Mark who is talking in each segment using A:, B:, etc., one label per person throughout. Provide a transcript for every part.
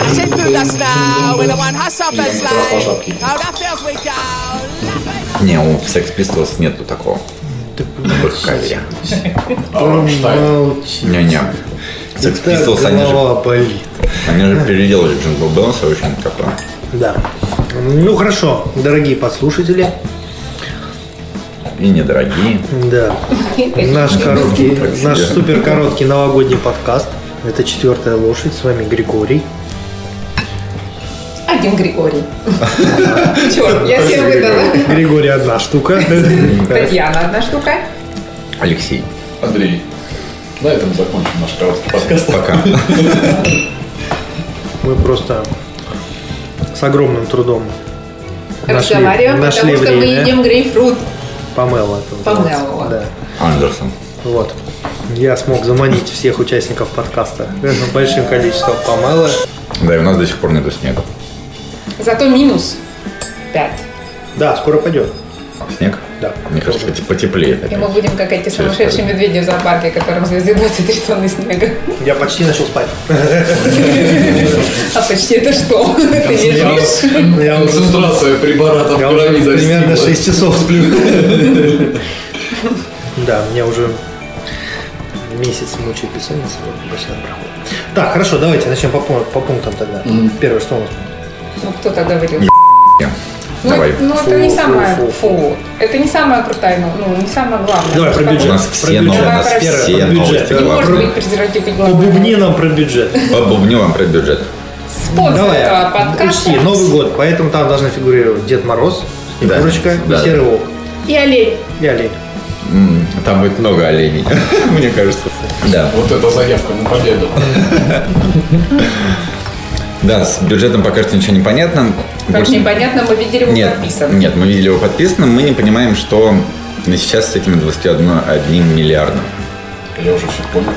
A: us now. We're the one hustle and slay. Out of fields we go.
B: Не, у Sex Pistols нету такого. Только в кавере.
C: Помолчи.
B: Не-не. Sex Pistols, они же,
C: голова болит.
B: они же переделали Джингл Беллс очень такое.
C: Да. Ну хорошо, дорогие подслушатели.
B: И недорогие.
C: Да. Наш короткий, наш супер короткий новогодний подкаст. Это четвертая лошадь. С вами Григорий.
D: Один Григорий. Черт, я себе выдала.
C: Григорий одна штука.
D: Татьяна одна штука.
B: Алексей.
E: Андрей, на этом закончим наш короткий подкаст.
B: Пока.
C: Мы просто с огромным трудом нашли,
D: Разговариваем,
C: нашли
D: потому что мы
C: время.
D: едим грейпфрут.
C: Помело это называется.
D: Помело.
C: Да.
B: Андерсон.
C: Вот. Я смог заманить всех участников подкаста большим количеством помело.
B: Да, и у нас до сих пор нету снега.
D: Зато минус 5.
C: Да, скоро пойдет.
B: Снег?
C: Да.
B: Мне кажется, поте- потеплее.
D: И мы
B: опять.
D: будем как эти сумасшедшие медведи в зоопарке, которым звезды 23 тонны снега.
C: Я почти начал спать.
D: А почти это что? Ты не спишь?
C: Я уже-
E: Концентрация препаратов в
C: я уже
E: крови достигла.
C: примерно 6 часов сплю. Да, мне уже месяц мучает бессонница. вот, почти на проходе. Так, хорошо, давайте начнем по, пу- по пунктам тогда. Первое, что у нас?
D: Ну, кто тогда говорил? Ну,
B: Давай.
D: это- ну, это
C: Фу,
D: не
C: фу,
D: самая...
C: фу, фу.
D: Фу. Это не самая крутая, но- ну, не самая главная.
C: Давай, про
D: Потому-
B: У
C: бюджет.
B: нас все,
C: Про
B: но- у
D: бюджет.
B: нас
D: Про
B: все
C: бюджет.
B: новости
C: Не
D: Не может
B: главные.
D: быть презервативы
C: По
D: главные.
C: бубнинам про бюджет.
B: Побубню вам про бюджет.
D: Спонсор этого подкаста.
C: а, учти, Новый год, поэтому там должны фигурировать Дед Мороз,
B: Да,
C: Снегурочка
B: да.
C: и Серый Волк.
D: И олень.
C: И олень.
B: М, Там будет много оленей, мне кажется. Да.
E: Вот это заявка на победу.
B: Да, с бюджетом пока что ничего не понятно.
D: Как
B: Больше-
D: непонятно, мы видели его
B: Нет,
D: подписан.
B: нет, мы видели его подписанным, мы не понимаем, что на сейчас с этими 21 одним миллиардом.
E: Я уже все понял.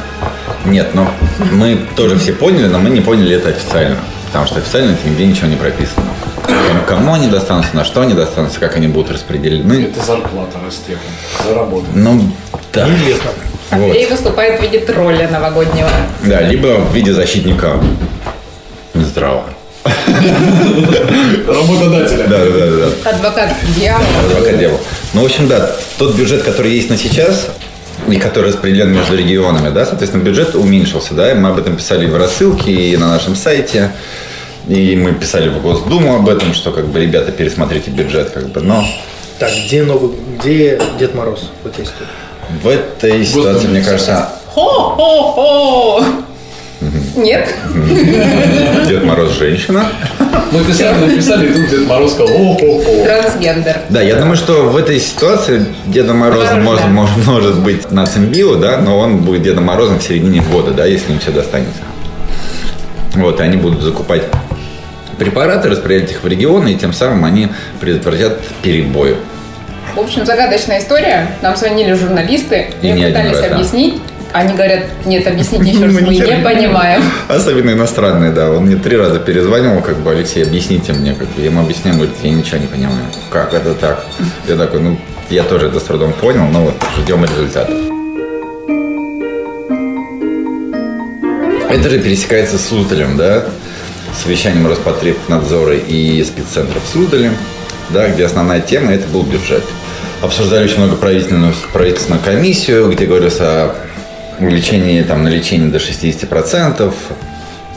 B: Нет, но мы тоже все поняли, но мы не поняли это официально. Потому что официально это нигде ничего не прописано. Кому- Кому они достанутся, на что они достанутся, как они будут распределены.
E: Это зарплата растет. Заработано.
B: Ну, да.
C: Неизвестно.
B: Вот.
D: Андрей выступает в виде тролля новогоднего.
B: Да, либо в виде защитника здраво.
E: Работодателя.
B: Да, да, да, да.
D: Адвокат дьявола.
B: Адвокат дьявола. Ну, в общем, да, тот бюджет, который есть на сейчас, и который распределен между регионами, да, соответственно, бюджет уменьшился, да, и мы об этом писали и в рассылке, и на нашем сайте, и мы писали в Госдуму об этом, что, как бы, ребята, пересмотрите бюджет, как бы, но
C: Так, где новый, где Дед Мороз? Вот есть тут.
B: в этой ситуации, мне кажется,
D: Хо-хо-хо! Нет?
B: Дед Мороз женщина.
E: Мы писали, Ну, написали, и тут Дед Мороз сказал, о-хо-хо.
D: Трансгендер.
B: Да, я думаю, что в этой ситуации Деда Мороза
D: Да,
B: может,
D: да.
B: может, может быть на Цимбио, да, но он будет Дедом Морозом в середине года, да, если им все достанется. Вот, и они будут закупать препараты, распределять их в регионы, и тем самым они предотвратят перебои.
D: В общем, загадочная история. Нам звонили журналисты,
B: И
D: мы
B: не один
D: пытались
B: раз, да.
D: объяснить. Они говорят, нет, объясните еще раз, мы не понимаем.
B: Особенно иностранные, да. Он мне три раза перезванивал, как бы, Алексей, объясните мне, как бы, я ему объясняю, говорит, я ничего не понимаю. Как это так? Я такой, ну, я тоже это с трудом понял, но вот ждем результата. Это же пересекается с Суздалем, да? С вещанием Роспотребнадзора и спеццентров в Суздале, да, где основная тема – это был бюджет. Обсуждали очень много правительственную, правительственную комиссию, где говорилось о увеличении там, на лечение до 60%,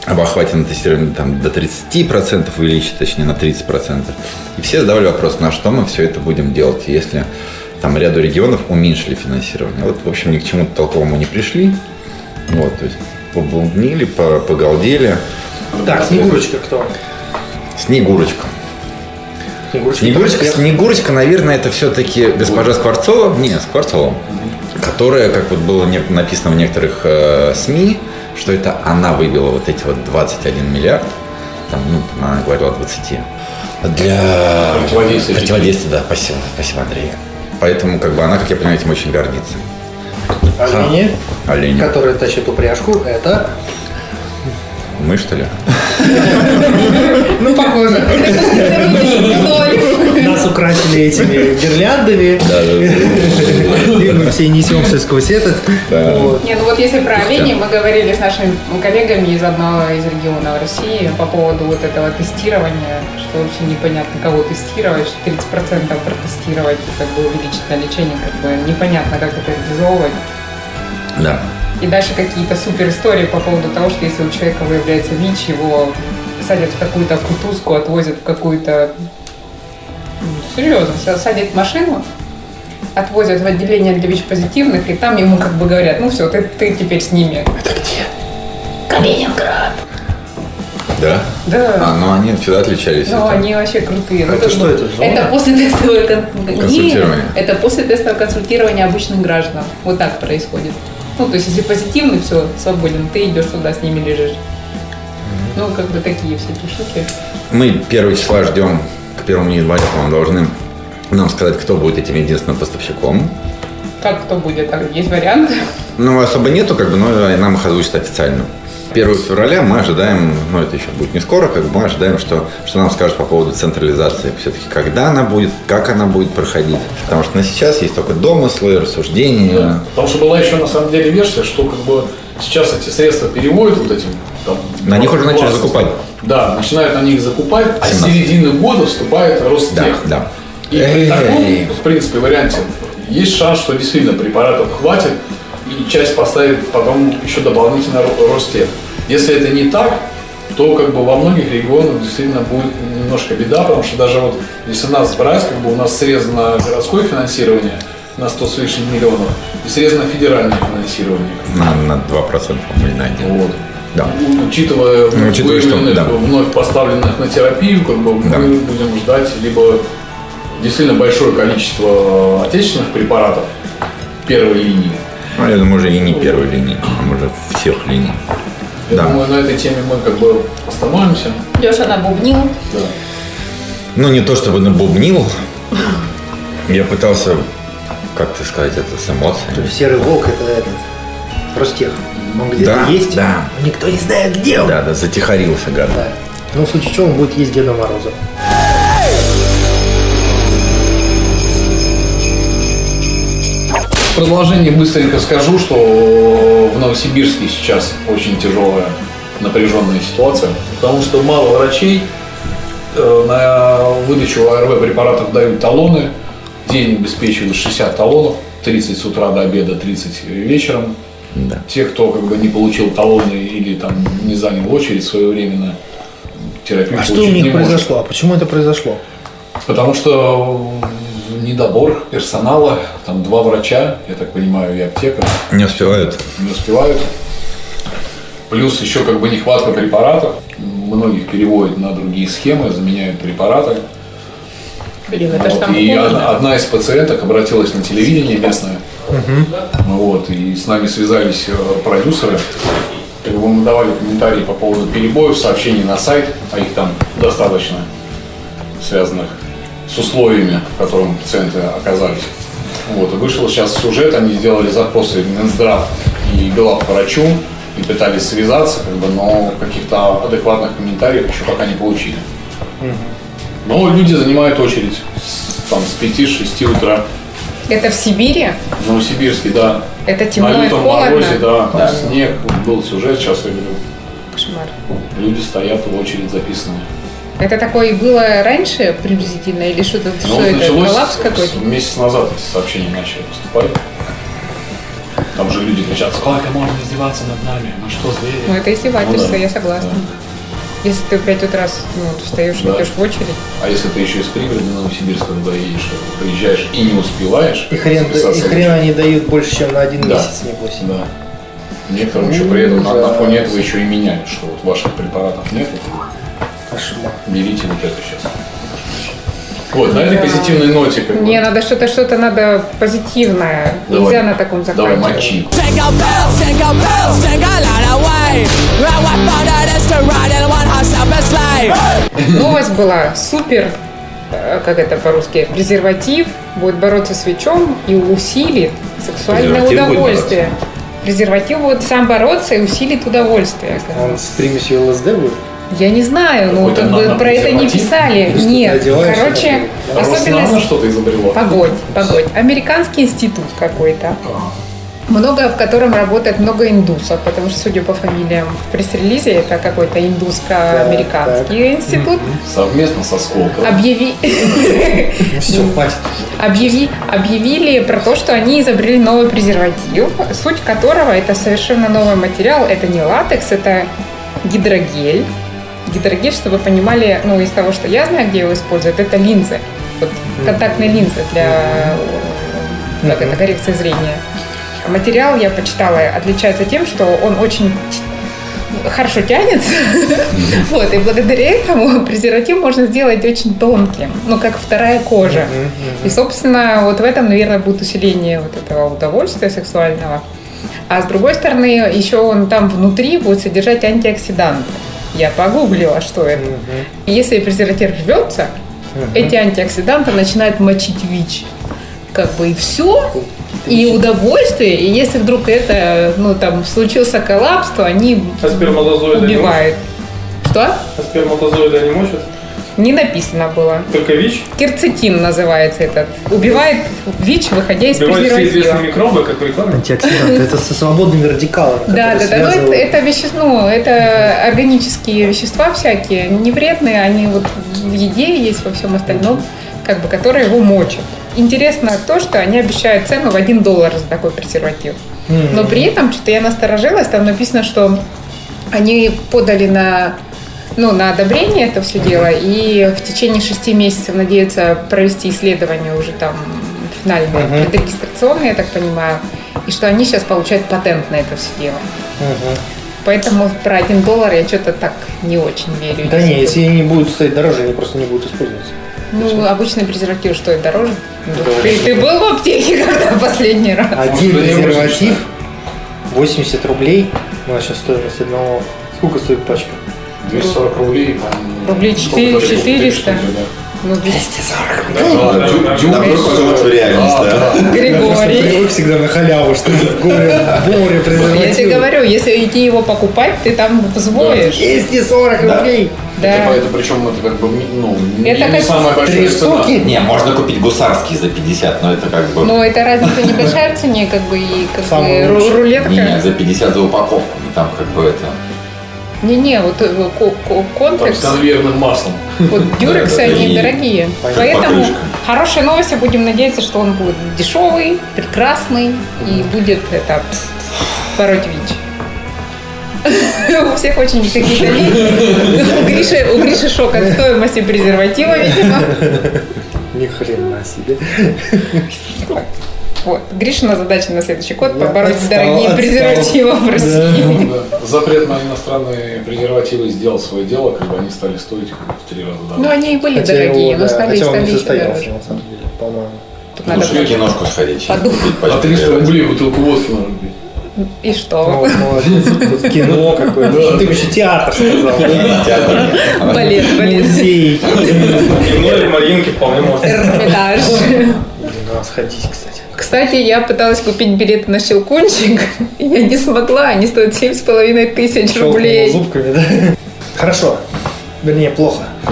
B: об охвате на тестирование там, до 30%, увеличить, точнее, на 30%. И все задавали вопрос, на что мы все это будем делать, если там ряду регионов уменьшили финансирование. Вот, в общем, ни к чему толковому не пришли. Вот, то есть побубнили, по- погалдели.
C: Так, Снегурочка кто?
B: Снегурочка.
C: Снегурочка.
B: Снегурочка,
C: так,
B: Снегурочка, наверное, это все-таки госпожа Скворцова. Не, Скворцова. Которая, как вот было не- написано в некоторых э, СМИ, что это она выбила вот эти вот 21 миллиард. Там, ну, там она говорила о 20. Для
E: Противодействия.
B: противодействия, да, спасибо, спасибо, Андрей. Поэтому, как бы, она, как я понимаю, этим очень гордится.
C: Олени,
B: Олени.
C: которые тащат упряжку, это
B: Мы, что ли?
D: Ну, похоже.
C: Нас украсили этими гирляндами. И мы все несемся сквозь этот.
B: Да.
C: Вот.
D: Не, ну вот если про оленей, мы говорили с нашими коллегами из одного из регионов России по поводу вот этого тестирования, что вообще непонятно, кого тестировать, что 30% протестировать и как бы увеличить на лечение, как бы непонятно, как это реализовывать.
B: Да.
D: И дальше какие-то супер истории по поводу того, что если у человека выявляется ВИЧ, его садят в какую-то кутузку, отвозят в какую-то... м, Серьезно, са- садят в машину, отвозят в отделение для ВИЧ-позитивных, и там ему как бы говорят, ну все, ты, ты теперь с ними.
B: Да? А,
D: Да.
B: ну они всегда отличались.
D: Ну,
B: Это-
D: они вообще крутые. Ну,
C: Это
D: как
C: что,
D: бы-
C: это зона?
D: Это после тестового кон- Нет,
B: Консультирование.
D: это после тестового консультирования обычных граждан. Вот так происходит. Ну, то есть, если позитивный, все, свободен, ты идешь туда, с ними лежишь. Ну, как бы такие все эти штуки.
B: Мы 1 числа ждем, к первому января, по-моему, должны нам сказать, кто будет этим единственным поставщиком.
D: Как кто будет, там есть варианты.
B: Ну, особо нету, как бы, но нам их озвучат официально. 1 февраля мы ожидаем, ну это еще будет не скоро, как бы мы ожидаем, что, что нам скажут по поводу централизации. Все-таки когда она будет, как она будет проходить. Потому что на сейчас есть только домыслы, рассуждения.
E: Потому что была еще на самом деле версия, что как бы сейчас эти средства переводят вот этим. Там,
B: На них уже начали
E: 20.
B: закупать.
E: Да, начинают на них закупать, а с
B: 17.
E: середины года вступает
B: Да,
E: Ростех.
B: да.
E: И при
B: Эй.
E: таком, в принципе, варианте есть шанс, что действительно препаратов хватит, и часть поставит потом еще дополнительно Ро- Ростех. Если это не так, то как бы во многих регионах действительно будет немножко беда, потому что даже вот если нас брать, как бы у нас срезано городское финансирование на 100 с лишним миллионов и срезано федеральное финансирование.
B: На, на 2% или на 1.
E: Вот.
B: Да.
E: У- Учитывая,
B: Ну, учитывая, что,
E: выявленных,
B: да.
E: вновь поставленных на терапию, как бы
B: Да.
E: мы будем ждать либо действительно большое количество отечественных препаратов первой линии.
B: Ну, я думаю, уже и не первой линии, а может всех линий.
E: Я
B: Да.
E: думаю, на этой теме мы как бы остановимся.
D: Леша набубнил.
E: Да.
B: Ну, не то чтобы набубнил. Я пытался, как ты сказать, это с эмоциями.
C: Серый волк это этот. Ростех. Он где-то
B: Да,
C: есть.
B: да.
C: но Никто не знает, где он.
B: Да, да, затихарился, гад.
C: Да. Ну, в случае чего он будет есть Деда Мороза.
E: В продолжении быстренько скажу, что в Новосибирске сейчас очень тяжелая напряженная ситуация, потому что мало врачей э, на выдачу АРВ препаратов дают талоны. В День обеспечивают 60 талонов, 30 с утра до обеда, 30 вечером.
B: Да.
E: Те, кто как бы не получил талоны или там не занял очередь своевременно, терапию
C: А что у
E: получить не
C: них
E: может.
C: произошло? А почему это произошло?
E: Потому что недобор персонала, там два врача, я так понимаю, и аптека
B: Не успевают.
E: не успевают. Плюс еще как бы нехватка препаратов. Многих переводят на другие схемы, заменяют препараты.
D: Блин, это ж
E: Вот.
D: там
E: И
D: холодно.
E: одна, одна из пациенток обратилась на телевидение местное. Ну Вот. И с нами связались э, продюсеры. Как бы мы давали комментарии по поводу перебоев, сообщений на сайт, а их там достаточно, связанных с условиями, в котором пациенты оказались. Вот. И вышел сейчас сюжет, они сделали запросы в Минздрав и главврачу, и пытались связаться, как бы, но каких-то адекватных комментариев еще пока не получили. Но Ну, люди занимают очередь с, там, с 5-6 утра.
D: Это в Сибири?
E: В Новосибирске, да.
D: Это
E: на
D: темно и
E: Лютом
D: холодно?
E: морозе, да. Там снег, был сюжет, сейчас я говорю.
D: Кошмар.
E: Люди стоят в очередь записанные.
D: Это такое и было раньше приблизительно? Или что-то,
E: Ну,
D: что это, коллапс
E: с-
D: какой-то?
E: с- месяц назад эти сообщения начали поступать. Там же люди кричат, сколько можно издеваться над нами, мы что, звери?
D: Ну, это издевательство,
E: Ну да.
D: я согласна. Если ты в 5 утра ну, встаешь и
E: Да.
D: идешь в очередь,
E: А если ты еще из пригорода Новосибирска туда едешь, приезжаешь и не успеешь,
C: И хрен, и
E: записаться в
C: хрен они дают больше, чем на один
E: Да.
C: месяц, небось.
E: Да. Некоторым еще при этом на, на фоне этого еще и меняют, что вот ваших препаратов нет,
C: Кошмар.
E: берите вот это сейчас. Вот, на этой позитивной ноте как бы.
D: Мне надо что-то, что-то надо позитивное.
E: Давай.
D: ну, Нельзя на таком
E: Давай,
D: заканчивать.
E: мочи.
A: Jingle bells, jingle bells, jingle all the way. Now what fun it is to ride in one horse open sleigh.
D: Новость была супер, э, как это по-русски, презерватив будет бороться с ВИЧом и усилит сексуальное
B: Презерватив будет
D: удовольствие. презерватив будет сам бороться и усилит удовольствие.
C: Он с примесью ЛСД будет?
D: Я не знаю, ну
E: Какой-то
D: как бы
E: нано-
D: про это не
E: презерватив?
D: писали.
C: Ты что-то
D: Нет,
C: одеваешь,
D: короче,
E: А Роснано
D: особенность...
E: что-то изобрело.
D: Погодь, погодь. Американский институт какой-то. Много, в котором работает много индусов, потому что, судя по фамилиям, в пресс-релизе это какой-то индуско-американский институт.
E: Совместно со Сколково.
D: Объяви...
C: Ну все, хватит.
D: объяви... объявили про то, что они изобрели новый презерватив, суть которого это совершенно новый материал, это не латекс, это гидрогель. Гидрогель, чтобы вы понимали, ну, из того, что я знаю, где его используют, это линзы. Вот контактные линзы для э, как это, коррекции зрения. Материал, я почитала, отличается тем, что он очень т- хорошо тянется. Вот, и благодаря этому презерватив можно сделать очень тонким, ну, как вторая кожа. И, собственно, вот в этом, наверное, будет усиление вот этого удовольствия сексуального. А с другой стороны, еще он там внутри будет содержать антиоксиданты. Я погуглила, что это. И Если презерватив рвется, эти антиоксиданты начинают мочить ВИЧ. Как бы и все, и удовольствие, и если вдруг это, ну, там, случился коллапс, то они
F: А сперматозоиды не мочат?
D: убивают. Что?
F: А сперматозоиды не мочат?
D: Не написано было.
F: Только ВИЧ?
D: Керцетин называется этот. Убивает ВИЧ, выходя из
F: Убивают все
D: презерватива.
F: известные микробы, как в рекламе.
C: Антиоксиданты. Это со свободными радикалами.
D: Да, да,
C: которые
D: да. Ну, это,
C: связывают-
D: это вещество, ну, это органические вещества всякие, не вредные, они вот в еде есть, во всем остальном, как бы, которые его мочат. Интересно то, что они обещают цену в 1 доллар за такой презерватив. Но при этом, что-то я насторожилась, там написано, что они подали на ну, на одобрение это все дело, и в течение шести месяцев надеются провести исследование уже там финальное, предрегистрационное, я так понимаю, и что они сейчас получают патент на это все дело. Поэтому про один доллар я что-то так не очень верю.
C: Да не, если они не будут стоить дороже, они просто не будут использоваться.
D: Ну, обычный презерватив стоит дороже. Ты, ты был в аптеке когда последний раз?
C: Один
E: Может, я
C: презерватив 80 рублей. Ну, а сейчас стоимость одного. Сколько стоит пачка?
E: 240 рублей. по-моему,
D: Рублей
E: сколько даже,
D: 400, 400.
E: да.
D: Ну, 240.
E: Да,
F: да,
E: Ну, дю-
F: да,
E: дюб-
F: да,
B: Там просто вот в реальность,
E: А,
B: да?
C: Я
D: Григорий.
C: привык всегда на халяву, что это горе, море презервативов.
D: Я тебе говорю, если идти его покупать, ты там взвоишь.
C: 240 рублей.
E: Это,
D: Да.
E: это причем это как бы ну,
D: Это
E: не
D: как
E: самая большая
C: Три
E: цена.
C: штуки?
B: Не, можно купить гусарский за 50, но это как бы...
D: Но это разница небольшая в цене, как бы и как
C: Самый
D: бы, ру-
C: лучший.
B: Не,
D: рулетка.
B: за 50 за упаковку. Ну, Там как бы это...
D: Не-не, вот э, ко- ко-
E: Там с
D: комплекс,
E: конвейерным маслом.
D: вот дюрексы,
B: Да-да-да,
D: они
B: и
D: дорогие.
B: как
D: Поэтому
B: покрышка.
D: хорошие новости, будем надеяться, что он будет дешевый, прекрасный и будет это пороть ВИЧ. У всех очень какие-то ли- У Гриши, у Гриши шок от стоимости презерватива, видимо.
C: Ни хрена себе.
D: Вот. Гришина задача на следующий год
C: Я
D: побороть
C: отстал,
D: дорогие
C: отстал.
D: презервативы в России.
E: Ну, Да. Запрет на иностранные презервативы сделал свое дело, как бы они стали стоить как бы, в три раза
D: Ну,
E: дороже.
D: они и были
C: Хотя
D: дорогие,
C: его,
D: но
C: да,
D: стали
C: хотя он
D: стали
C: не
D: еще
C: состоялся,
D: дороже.
C: на самом деле, по-моему.
D: Тут надо
B: Лучше в киношку сходить. чем
D: Подумай.
B: купить пачку
E: За 300
B: хлеба.
E: А рублей бутылку водки можно купить.
D: И что?
C: Вот, Ну, молодец. Тут кино какое-то. Ну, Ты бы еще театр сказал. да?
B: Театр нет. Она-
D: Балет,
C: Ну,
D: балет.
C: Музей.
F: Кино или Маринки вполне можно.
D: Эрмитаж.
C: Надо сходить, кстати.
D: Кстати, я пыталась купить билеты на щелкунчик, и я не смогла. Они стоят семь с половиной тысяч
C: Щелкнул
D: рублей.
C: зубками, да? Хорошо. Вернее, плохо. Но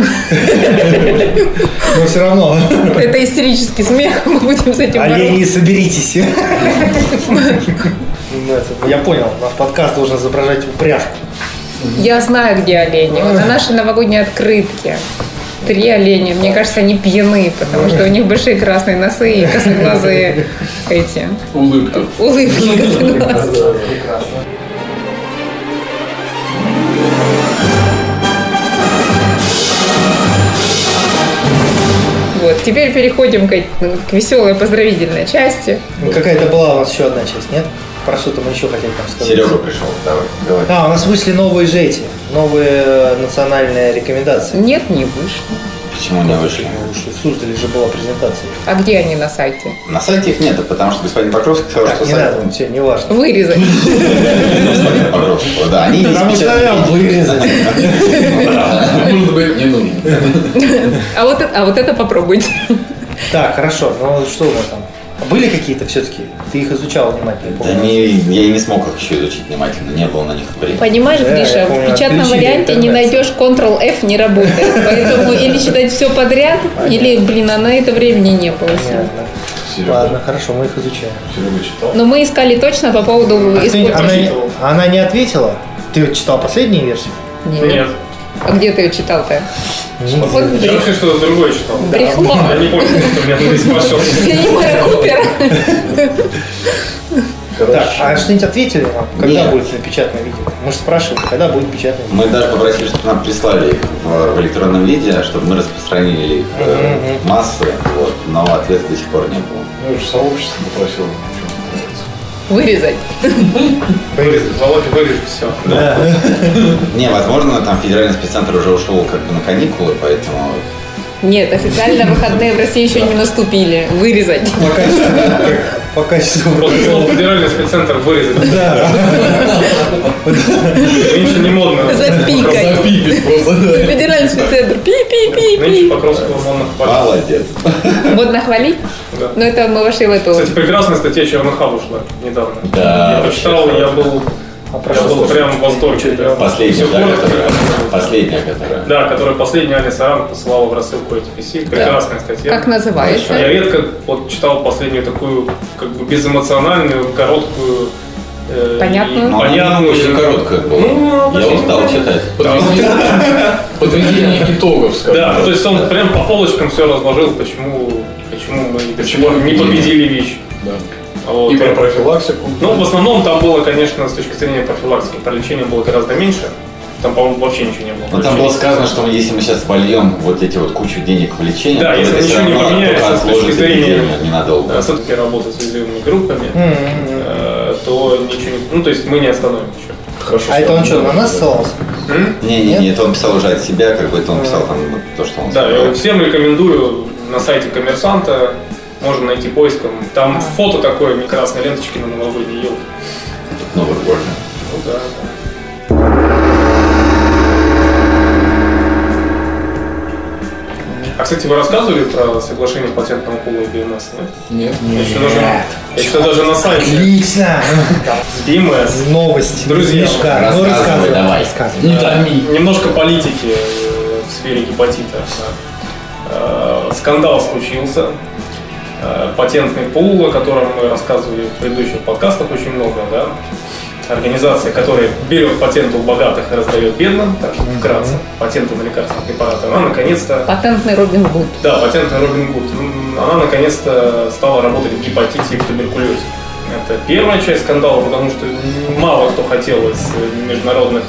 C: все равно.
D: Это истерический смех, мы будем с этим бороться.
C: Олени, соберитесь. Ну, это- Я понял, наш подкаст должен изображать упряжку.
D: Я знаю, где олени. Вот на нашей новогодней открытке. Три оленя. Мне кажется, они пьяны, потому что у них большие красные носы и косоглазые эти
E: Улыбка.
C: Ну,
D: улыбки косоглазые. Вот, теперь переходим к, ну, к веселой поздравительной части.
C: Ну, Какая-то была у нас еще одна часть, нет? Про что-то мы еще хотели там сказать.
B: Серега пришел, давай, давай.
C: А, у нас вышли новые же эти, новые э, национальные рекомендации.
D: Нет, не вышло.
B: Почему не вышли?
C: Потому что В Суздале же была презентация.
D: А где они на сайте?
B: На сайте их нет, потому что господин Покровский сказал,
C: Так,
B: что
C: не
B: сайт...
C: надо, все, не важно.
D: Вырезать.
B: Господин Покровский, да, они есть
C: Потому что я вырезать.
E: Может быть, не нужно.
D: А вот, это- а вот это попробуйте.
C: Так, хорошо, ну что мы там? были какие-то все-таки? Ты их изучал внимательно? я
B: Да
C: помню.
B: не, я и не смог их еще изучить внимательно, не было на них времени.
G: Понимаешь,
C: Да, я
G: Гриша,
C: помню,
G: в печатном
C: отключили
G: варианте не
C: интернет.
G: найдешь Ctrl-F, не работает. Поэтому или читать все подряд, или, блин, а на это времени не было. всего.
C: Понятно.
E: Серега,
C: Ладно, хорошо, мы их изучаем.
E: Серега читал.
G: Но мы искали точно по поводу
D: Ну,
C: А ты-
G: использования.
C: она, не- она не ответила? Ты вот читал последние версии?
G: Нет.
F: Нет.
G: А где ты ее читал-то? Вот
F: Я
G: брех-
F: вообще что-то другое читал.
G: брехло.
F: Я не помню, что у меня мысль пошел.
G: Сенимара Купера.
C: Так, а что-нибудь ответили вам? Когда
B: Нет.
C: будет напечатанное видео? Мы же спрашивали, когда будет печатное видео?
B: Мы даже попросили, чтобы нам прислали их в, в электронном виде, чтобы мы распространили их э, в массы, вот, но ответа до сих пор не было.
E: Ну, Я же сообщество попросил. Чё, нравится.
G: Вырезать.
F: Вырежь, Володя, вырежь все.
B: Не, возможно, там федеральный спеццентр уже ушел как бы на каникулы, поэтому
G: Нет, официально выходные в России еще не наступили. Вырезать.
C: По качеству. По качеству.
F: После слова федеральный спеццентр вырезать. Да. Меньше не модно.
G: Запикать.
E: Запипит просто, да.
G: Федеральный спеццентр.
F: Нынче
G: Пи-пи-пи-пи.
F: Покровского модных парк.
B: молодец.
G: Модно хвалить?
F: Да.
G: Но это мы вошли в эту...
F: Кстати, прекрасная статья Черноха вышла недавно.
B: Да,
F: Я прочитал,
B: вообще
F: я был, я был прям в восторге. Я
B: Последняя,
F: всё
B: да,
F: коротко.
B: которая, последняя, которая.
F: Да, которая последняя Аня Саран посылала в рассылку HPC. Прекрасная статья.
G: Как называется?
F: Я редко вот читал последнюю такую, как бы безэмоциональную, короткую, э,
G: Понятную?
F: и
B: Но она
F: понятную.
B: очень короткая была.
F: Ну,
B: Я устал читать.
E: Подведение итогов, скажем.
F: Да, ну, то есть он прям по полочкам все разложил, почему, почему мы до сих пор не победили ВИЧ.
E: Да.
F: Вот.
E: И про профилактику.
F: Ну, в основном там было, конечно, с точки зрения профилактики, про лечение было гораздо меньше. Там, по-моему, вообще ничего не было.
B: Но Ну, там было сказано, что если мы сейчас вольем вот эти вот кучу денег в лечение,
F: Да,
B: то
F: если
B: это всё
F: ничего не
B: равно
F: поменяется
B: только
F: с точки
B: отложит
F: зрения-
B: эпидемию ненадолго.
F: все-таки работа Э, с уязвимыми группами, э, то ничего не... Ну, то есть мы не остановим ничего.
E: Хорошо.
C: А это он что,
E: сказано.
C: на нас ссылался?
B: Не-не-не, это он писал уже от себя, как бы это он писал там вот то, что он
F: Да,
B: сказал.
F: я всем рекомендую на сайте коммерсанта, можно найти поиском. Там фото такое, красной ленточки на новогодней елке.
B: Новый год.
F: Ну, да. А, кстати, вы рассказывали про соглашение патентного пула и BMS, нет?
E: Нет.
F: Я еще даже, я еще даже на сайте
C: Отлично!
F: с BMS.
C: Новости.
F: Друзья,
C: Да, ну
B: рассказывай,
C: рассказывай.
B: давай.
C: рассказывай.
E: Не томи.
F: Немножко политики э, в сфере гепатита. Э, Скандал случился. Э, Патентный пул, о котором мы рассказывали в предыдущих подкастах очень много, да? Организация, которая берет патенты у богатых и раздает бедным, так что вкратце, патенты на лекарственные препараты, она наконец-то
G: Патентный Робин Гуд.
F: Да, патент на Робин Гуд. М, Она наконец-то стала работать в гепатите и в туберкулезе. Это первая часть скандала, потому что мало кто хотел из э, международных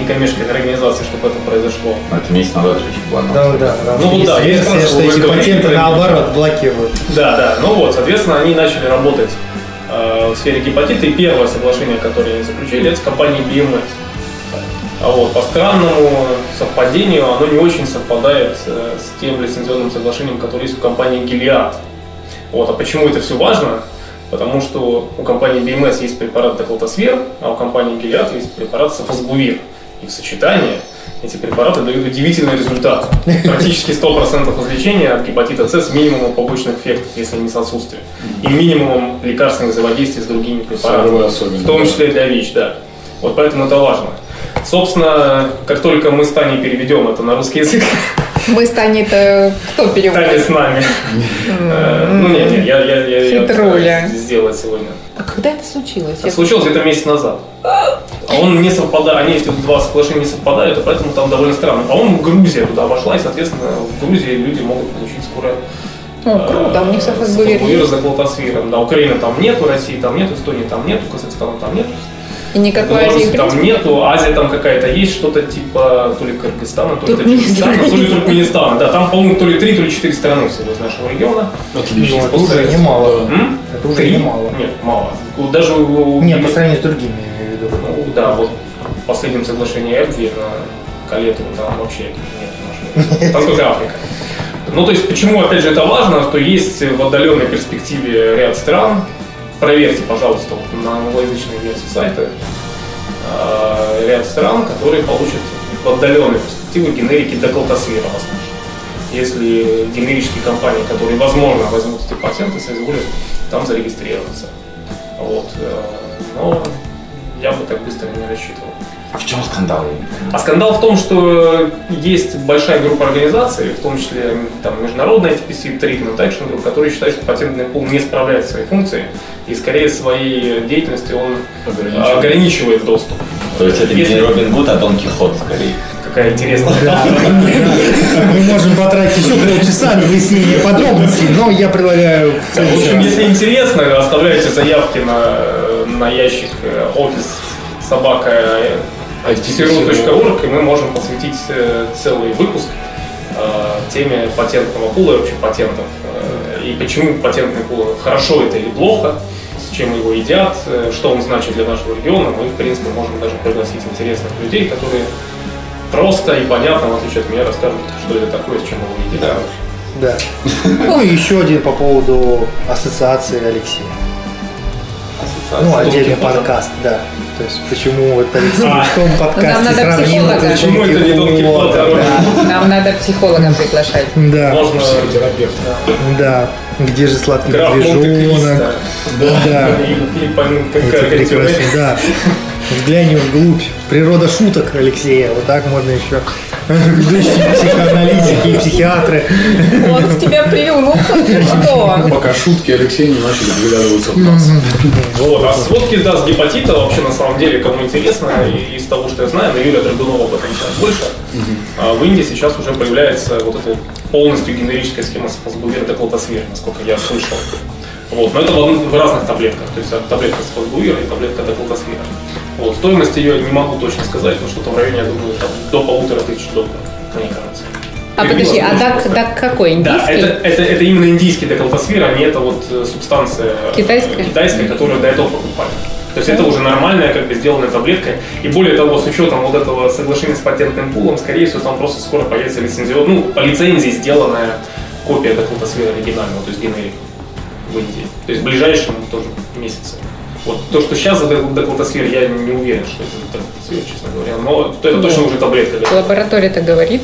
F: некоммерческих организаций, чтобы это произошло.
B: Но это месяц назад же еще было.
C: Да, да, да.
F: Ну, вот да,
C: Есть
F: я
C: версия,
F: сразу
C: что эти
F: говорю,
C: патенты
F: говорю.
C: наоборот блокируют.
F: Да, да. Ну вот, соответственно, они начали работать э, в сфере гепатита. И первое соглашение, которое они заключили, это с компанией BMS. А вот по странному совпадению оно не очень совпадает э, с тем лицензионным соглашением, которое есть у компании Gilead. Вот, а почему это все важно? Потому что у компании BMS есть препарат Деклотосвер, а у компании Gilead есть препарат Сафосгувир. И в сочетании эти препараты дают удивительный результат. Практически 100% излечения от гепатита С с минимумом побочных эффектов, если не с отсутствием. И минимумом лекарственных взаимодействий с другими препаратами.
E: Сырое особенно.
F: А, В том числе для ВИЧ, да. Вот поэтому это важно. Собственно, как только мы с Таней переведем это на русский язык,
G: Мы станет... э, Кто
F: Таня
G: переводит?
F: с нами. Э, Ну, нет, нет, я, я, я, я
G: Хитруля.
F: постараюсь сделать сегодня.
G: А когда это случилось?
F: Это случилось где-то месяц назад. А он не совпадает, они эти два соглашения не совпадают, и поэтому там довольно странно. А По-моему, Грузия туда вошла, и, соответственно, в Грузии люди могут получить скоро э,
G: О, круто, у них все
F: Сафосгувир за Глотосфиром. Да, Украины там нету, России там нету, Эстонии там нету, Казахстана там нету.
G: И никакой
F: Беларуси
G: Азии
F: там нету, Азия там какая-то есть, что-то типа то ли Кыргызстана, то ли
G: Туркменистана.
F: Таджикистана, то ли Туркменистана. Да, там, по-моему, то ли три, то ли четыре страны всего из нашего региона.
E: Отлично.
C: Ну, это уже
F: Советского.
C: немало.
F: М?
C: Это уже
F: Три?
C: немало.
F: Нет, мало. У- Даже у... у-
C: Нет, по сравнению с другими, я имею в виду.
F: Ну, да, вот в последнем соглашении Эрдвир на Калету там вообще нет нашего. Там только Африка. Ну, то есть, почему, опять же, это важно, что есть в отдаленной перспективе ряд стран. Проверьте, пожалуйста, вот на англоязычной версии сайта э, ряд стран, которые получат в отдаленной перспективе генерики доклотосфера, возможно. Если генерические компании, которые, возможно, возьмут эти патенты, соизволят там зарегистрироваться. Вот. э, Но я бы так быстро не рассчитывал.
B: А в чем скандал?
F: А скандал в том, что есть большая группа организаций, в том числе там, международная TPC Treatment Action Group, которые считают, что патентный пул не справляет свои функции и скорее своей деятельностью он
E: Ограничивает.
F: а, ограничивает доступ.
B: То есть это
F: Если-
B: не Робин Гуд, а Дон Кихот скорее.
F: Какая интересная метафора.
C: Мы можем потратить еще полчаса на выяснение подробностей, но я предлагаю в
F: В
C: следующий
F: общем,
C: раз.
F: если интересно, оставляйте заявки на, на ящик э, офис собака э, ftcru.org, и мы можем посвятить э, целый выпуск э, теме патентного пула и вообще патентов. э, И почему патентный пул, хорошо это или плохо, с чем его едят, э, что он значит для нашего региона. Мы, в принципе, можем даже пригласить интересных людей, которые просто и понятно, в отличие от меня, расскажут, что это такое, с чем его едят.
C: Да. Ну и еще один по поводу ассоциации Алексея. Ну, отдельный подкаст, да. То есть, почему вот Алексей в том
G: Ну, Нам
C: подкасте
G: надо
C: сравнил
G: психолога.
C: Дон
F: А. Почему это не Дон
C: Кихота,
F: Кихот, а
C: да.
D: Нам надо психолога приглашать.
C: Да,
F: Можно
E: Терапевта.
C: да. Где же сладкий
F: Граф
C: медвежонок?
F: Монте-Кристо.
C: Да.
F: И- и пон- как
C: Эти
F: говорится,
C: прекрасные, да. Взглянем вглубь. Природа шуток Алексея. Вот так можно еще. Ведущие психоаналитики и психиатры.
G: Он в тебя привернулся, ты что?
E: Ну, Пока шутки Алексея не начали выглядываться в нас.
F: Вот, а сводки, да, с гепатита вообще на самом деле, кому интересно, и- из того, что я знаю, но Юлия Драгунова об этом сейчас больше, а в Индии сейчас уже появляется вот эта полностью генерическая схема сфосбувир деклотосвир, насколько я слышал. Вот, но это в, од- в разных таблетках, то есть а, таблетка сфосбувира и таблетка деклотосвира. Вот, стоимость ее не могу точно сказать, но что-то в районе, я думаю, там, до полутора тысяч долларов, мне кажется.
G: А подожди, а дак, дак какой?
F: Да, это,
G: Индийский?
F: это, это именно индийский деколтосфер, а не это вот э, субстанция э,
G: Китайская?
F: китайская, которую до этого покупали. То есть это уже нормальная, как бы сделанная таблетка. И более того, с учетом вот этого соглашения с патентным пулом, скорее всего, там просто скоро появится лицензион, ну, по лицензии сделанная копия деколтосфера оригинального, то есть генерик в Индии. То есть в ближайшем тоже месяце. Вот то, что сейчас за дек- деколтосфер, я не уверен, что это за деколтосфер, честно говоря. Но это точно уже таблетка. да.
D: Лаборатория-то говорит.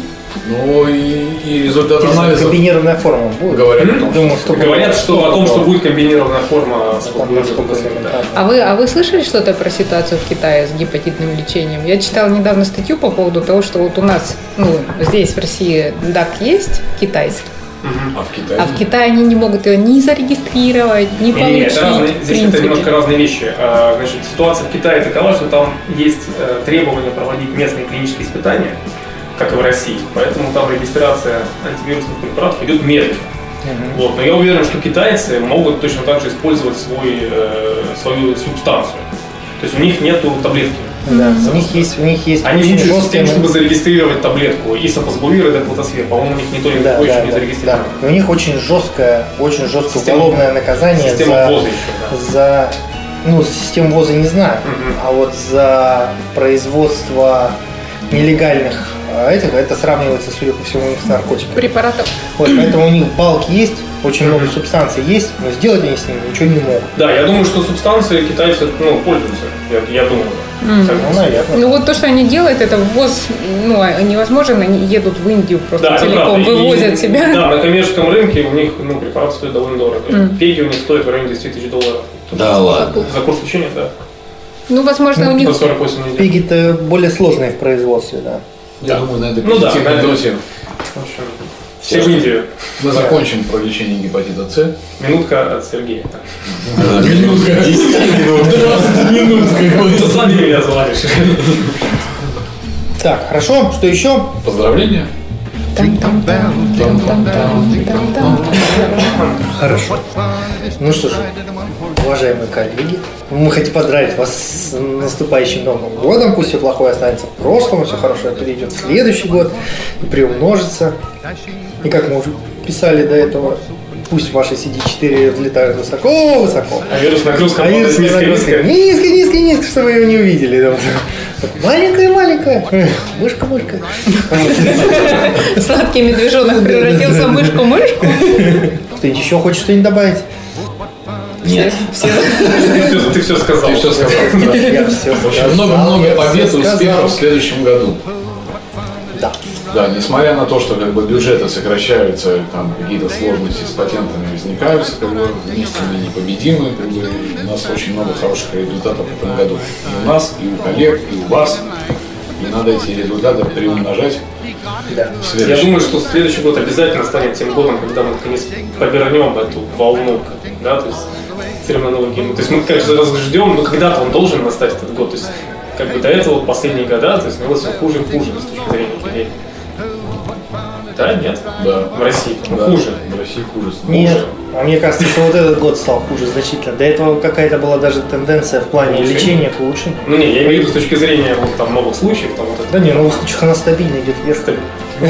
E: Ну и, и результат анализа
C: Комбинированная форма будет.
E: говорят о том, что
C: Думаю, что
F: Говорят, что о том, что будет комбинированная форма с деколтосфером, да.
D: А вы, а вы слышали что-то про ситуацию в Китае с гепатитным лечением? Я читала недавно статью по поводу того, что вот у нас, ну, здесь в России ДАК есть китайский,
E: а в Китае.
D: а в Китае они не могут его ни зарегистрировать, ни
C: Ну,
F: Не-не,
D: получить.
F: это разные,
D: в
F: здесь это
D: принципе.
F: немножко разные вещи. А, Значит, ситуация в Китае такова, что там есть э, требование проводить местные клинические испытания, как и в России. Поэтому там регистрация антивирусных препаратов идет медленно. Вот. Но я уверен, что китайцы могут точно так же использовать свой, э, свою субстанцию. То есть у них нету таблетки.
C: Да, у них есть, у них есть
F: Они
C: очень
F: мучаются с тем,
C: жесткие-
F: чтобы зарегистрировать таблетку. И сапосбувир, и деклотосфер. По-моему, у них ни то, ни
C: Да,
F: другое
C: да,
F: еще не
C: да,
F: зарегистрировано.
C: да. И У них очень жесткое, очень жесткое
F: Система-
C: уголовное наказание
F: Система
C: за,
F: ВОЗа еще, да.
C: за ну, систему ВОЗа не знаю,
F: Мгм.
C: а вот за производство нелегальных э, этих, это сравнивается, судя по всему, у них с наркотиками.
D: Препаратов.
C: Вот, поэтому у них балки есть, очень много
F: Мгм.
C: субстанций есть, но сделать они с ними ничего не могут.
F: Да, я думаю, что субстанции китайцы ну, пользуются. Я, я думаю.
C: Ну,
F: Согласен.
C: наверное.
D: Ну вот то, что они делают, это ввоз ну, а- невозможен, они едут в Индию
C: Ну,
D: просто
F: Да, это
D: целиком,
F: правда. И-
D: вывозят себя.
F: Да, на коммерческом рынке у них ну, препарат стоит довольно дорого. Пеги у них стоят в районе 10 тысяч долларов.
B: Да ладно.
F: За курс лечения, да.
D: Ну, возможно, у них
F: За 48 недель.
C: Пиги-то более сложные в производстве, да.
E: Я думаю, на этой
F: Ну да,
E: позитивной
F: наверное.
E: ноте
F: В общем, Все в Индию.
E: мы закончим про лечение гепатита С.
F: Минутка от Сергея.
E: Минутка. 10 минут. 20 минут.
F: Ты сами меня завалишь.
C: Так, хорошо, что еще?
E: Поздравления. Ну
C: Хорошо. Ну что же, уважаемые коллеги, мы хотим поздравить вас с наступающим Новым годом. Пусть все плохое останется в прошлом, все хорошее перейдет в следующий год и приумножится. И как мы уже писали до этого, пусть ваши CD4 взлетают высоко-высоко.
F: А вирус нагрузка
C: А
F: падает
C: если
F: низко,
C: нагрузка
F: низко.
C: низко, низко, низко, чтобы ее не увидели. да, вот. Маленькая, маленькая. Эх, Мышка, мышка.
G: Сладкий медвежонок превратился в мышку-мышку.
C: Кто-нибудь еще хочет что-нибудь добавить?
B: Нет.
F: Ты все, ты все сказал.
E: Ты все сказал.
C: Я все
E: В общем, много-много побед и успехов в следующем году.
C: Да.
E: Да, несмотря на то, что как бы бюджеты сокращаются, там какие-то сложности с патентами возникают, как бы, вместе мы непобедимы, как бы, и у нас очень много хороших результатов в этом году. И у нас, и у коллег, и у вас. И надо эти результаты приумножать в
F: Я
E: следующем.
F: думаю, что следующий год обязательно станет тем годом, когда мы наконец повернем эту волну, да, то есть терминологии. Ну, то есть мы каждый раз ждем, но когда-то он должен настать этот год. То есть как бы до этого последние года, то есть было все хуже и хуже с точки зрения людей. Да, нет?
E: Да.
F: В России. Ну,
E: Да,
F: Хуже.
E: В России хуже.
C: Нет, а мне кажется, что вот этот год стал хуже значительно. До этого какая-то была даже тенденция в плане
F: Улучшение.
C: лечения к улучшению.
F: Ну не, я имею в виду с точки зрения вот, там новых случаев, там вот это.
C: Да не, ну в случаях она стабильно идет вверх.
F: Стаб-
C: Мы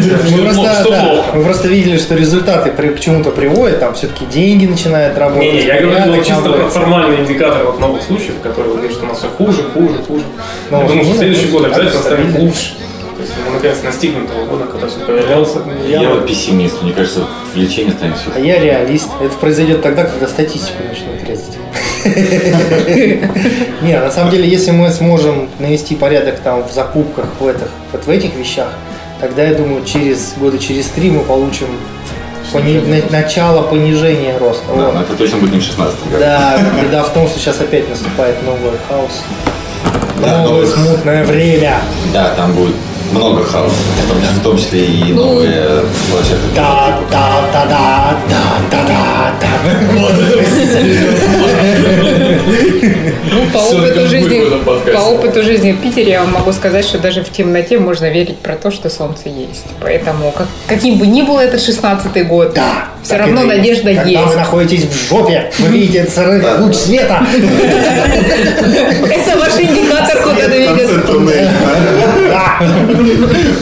F: Что плохо,
C: просто,
F: что
C: да,
F: плохо.
C: мы просто видели, что результаты при- к чему-то приводят, там все-таки деньги начинают работать.
F: Не, не, я говорю
C: порядок
F: вот чисто про
C: наводится.
F: формальный индикатор вот новых случаев, которые говорят, что у нас все хуже, хуже, хуже.
C: Ну,
F: я думаю, что
C: ну,
F: следующий год обязательно
C: стабильно.
F: станет лучше. То есть мы наконец настигнем того года, когда все повернется.
B: Я вот пессимист, мне кажется, в лечении станет все
C: А я реалист. Это произойдет тогда, когда статистику начнут резать. Не, на самом деле, если мы сможем навести порядок там в закупках, в этих, вот в этих вещах, тогда, я думаю, через года через три мы получим пони- на- начало понижения роста.
B: Да, но
C: Вот.
B: Ну, это точно будет не в 16 году.
C: Да, беда в том, что сейчас опять наступает новый хаос.
B: Да,
C: Новое
B: новый-
C: смутное время.
B: Да, там будет много хаоса, в том числе- в том числе и новые площадки.
C: Да, да, да, да, да, да, да,
D: Ну, по
E: Всё
D: опыту,
E: как
D: жизни,
E: мы в этом подкасте.
D: по опыту жизни в Питере я вам могу сказать, что даже в темноте можно верить про то, что солнце есть. Поэтому, как- каким бы ни был этот 16-й год,
C: Да.
D: все
C: так
D: равно
C: и есть.
D: надежда
C: Когда вы
D: есть.
C: находитесь в жопе, вы видите этот сырой луч света.
D: Это ваш индикатор куда-то ведет.
C: Да.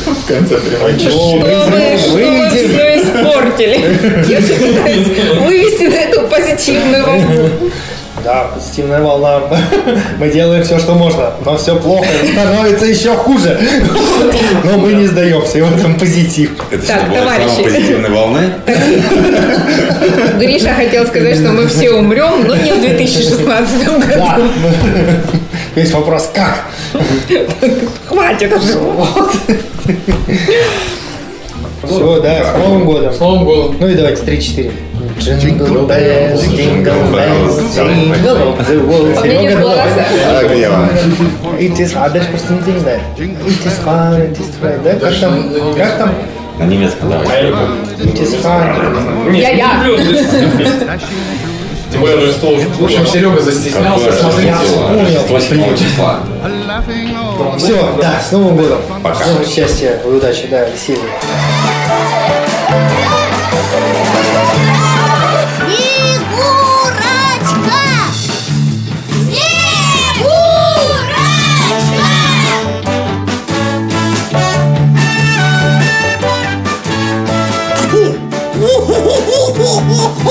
B: В конце прямой
C: О,
D: Что вы, что вы
C: выйдем.
D: все испортили? Я же пытаюсь вывести на эту позитивную волну.
C: Да, позитивная волна. Мы делаем все, что можно, но все плохо и становится еще хуже. Но мы не сдаемся, и в этом позитив.
B: Это
D: Так,
B: что было
D: товарищи.
B: самой позитивной волны?
D: Гриша хотел сказать, что мы все умрем, но не в 2016 году.
C: Да. Весь вопрос, как?
D: Хватит уже.
C: Все, да, с Новым годом.
E: С Новым годом!
C: Ну и давайте 3-4. Джингл
B: bells,
C: bells, jingle bells, jingle of the world.
D: У меня нет
C: Серега, давай.
D: голоса.
C: It is- А дальше просто никто не знает. It is hard, it is hard. Да, как там? Как там?
B: На немецком,
F: А я
B: давай.
F: не помню.
C: It is hard.
F: Нет,
D: Я-я.
F: не люблю эту песню. Тем более Рождество уже
E: В общем, Серега застеснялся,
B: Какое
E: смотрите.
B: Рождество?
C: понял.
B: Рождество 7 числа.
C: Все, да, с Новым годом.
B: Пока.
C: Всем счастья и удачи, да, веселья.
H: Снегурочка! Снегурочка!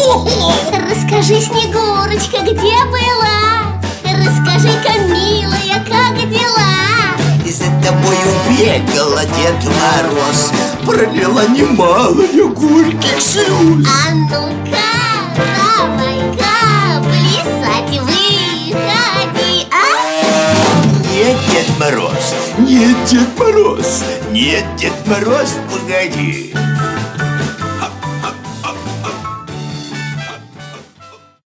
H: Расскажи, Снегурочка, где была? Расскажи-ка, милая, как дела?
I: И за тобою бегала Дед Мороз Пролила немалую горьких слез
H: А ну-ка, давай-ка, плясать выходи, а?
I: Нет, Дед Мороз, нет, Дед Мороз Нет, Дед Мороз, погоди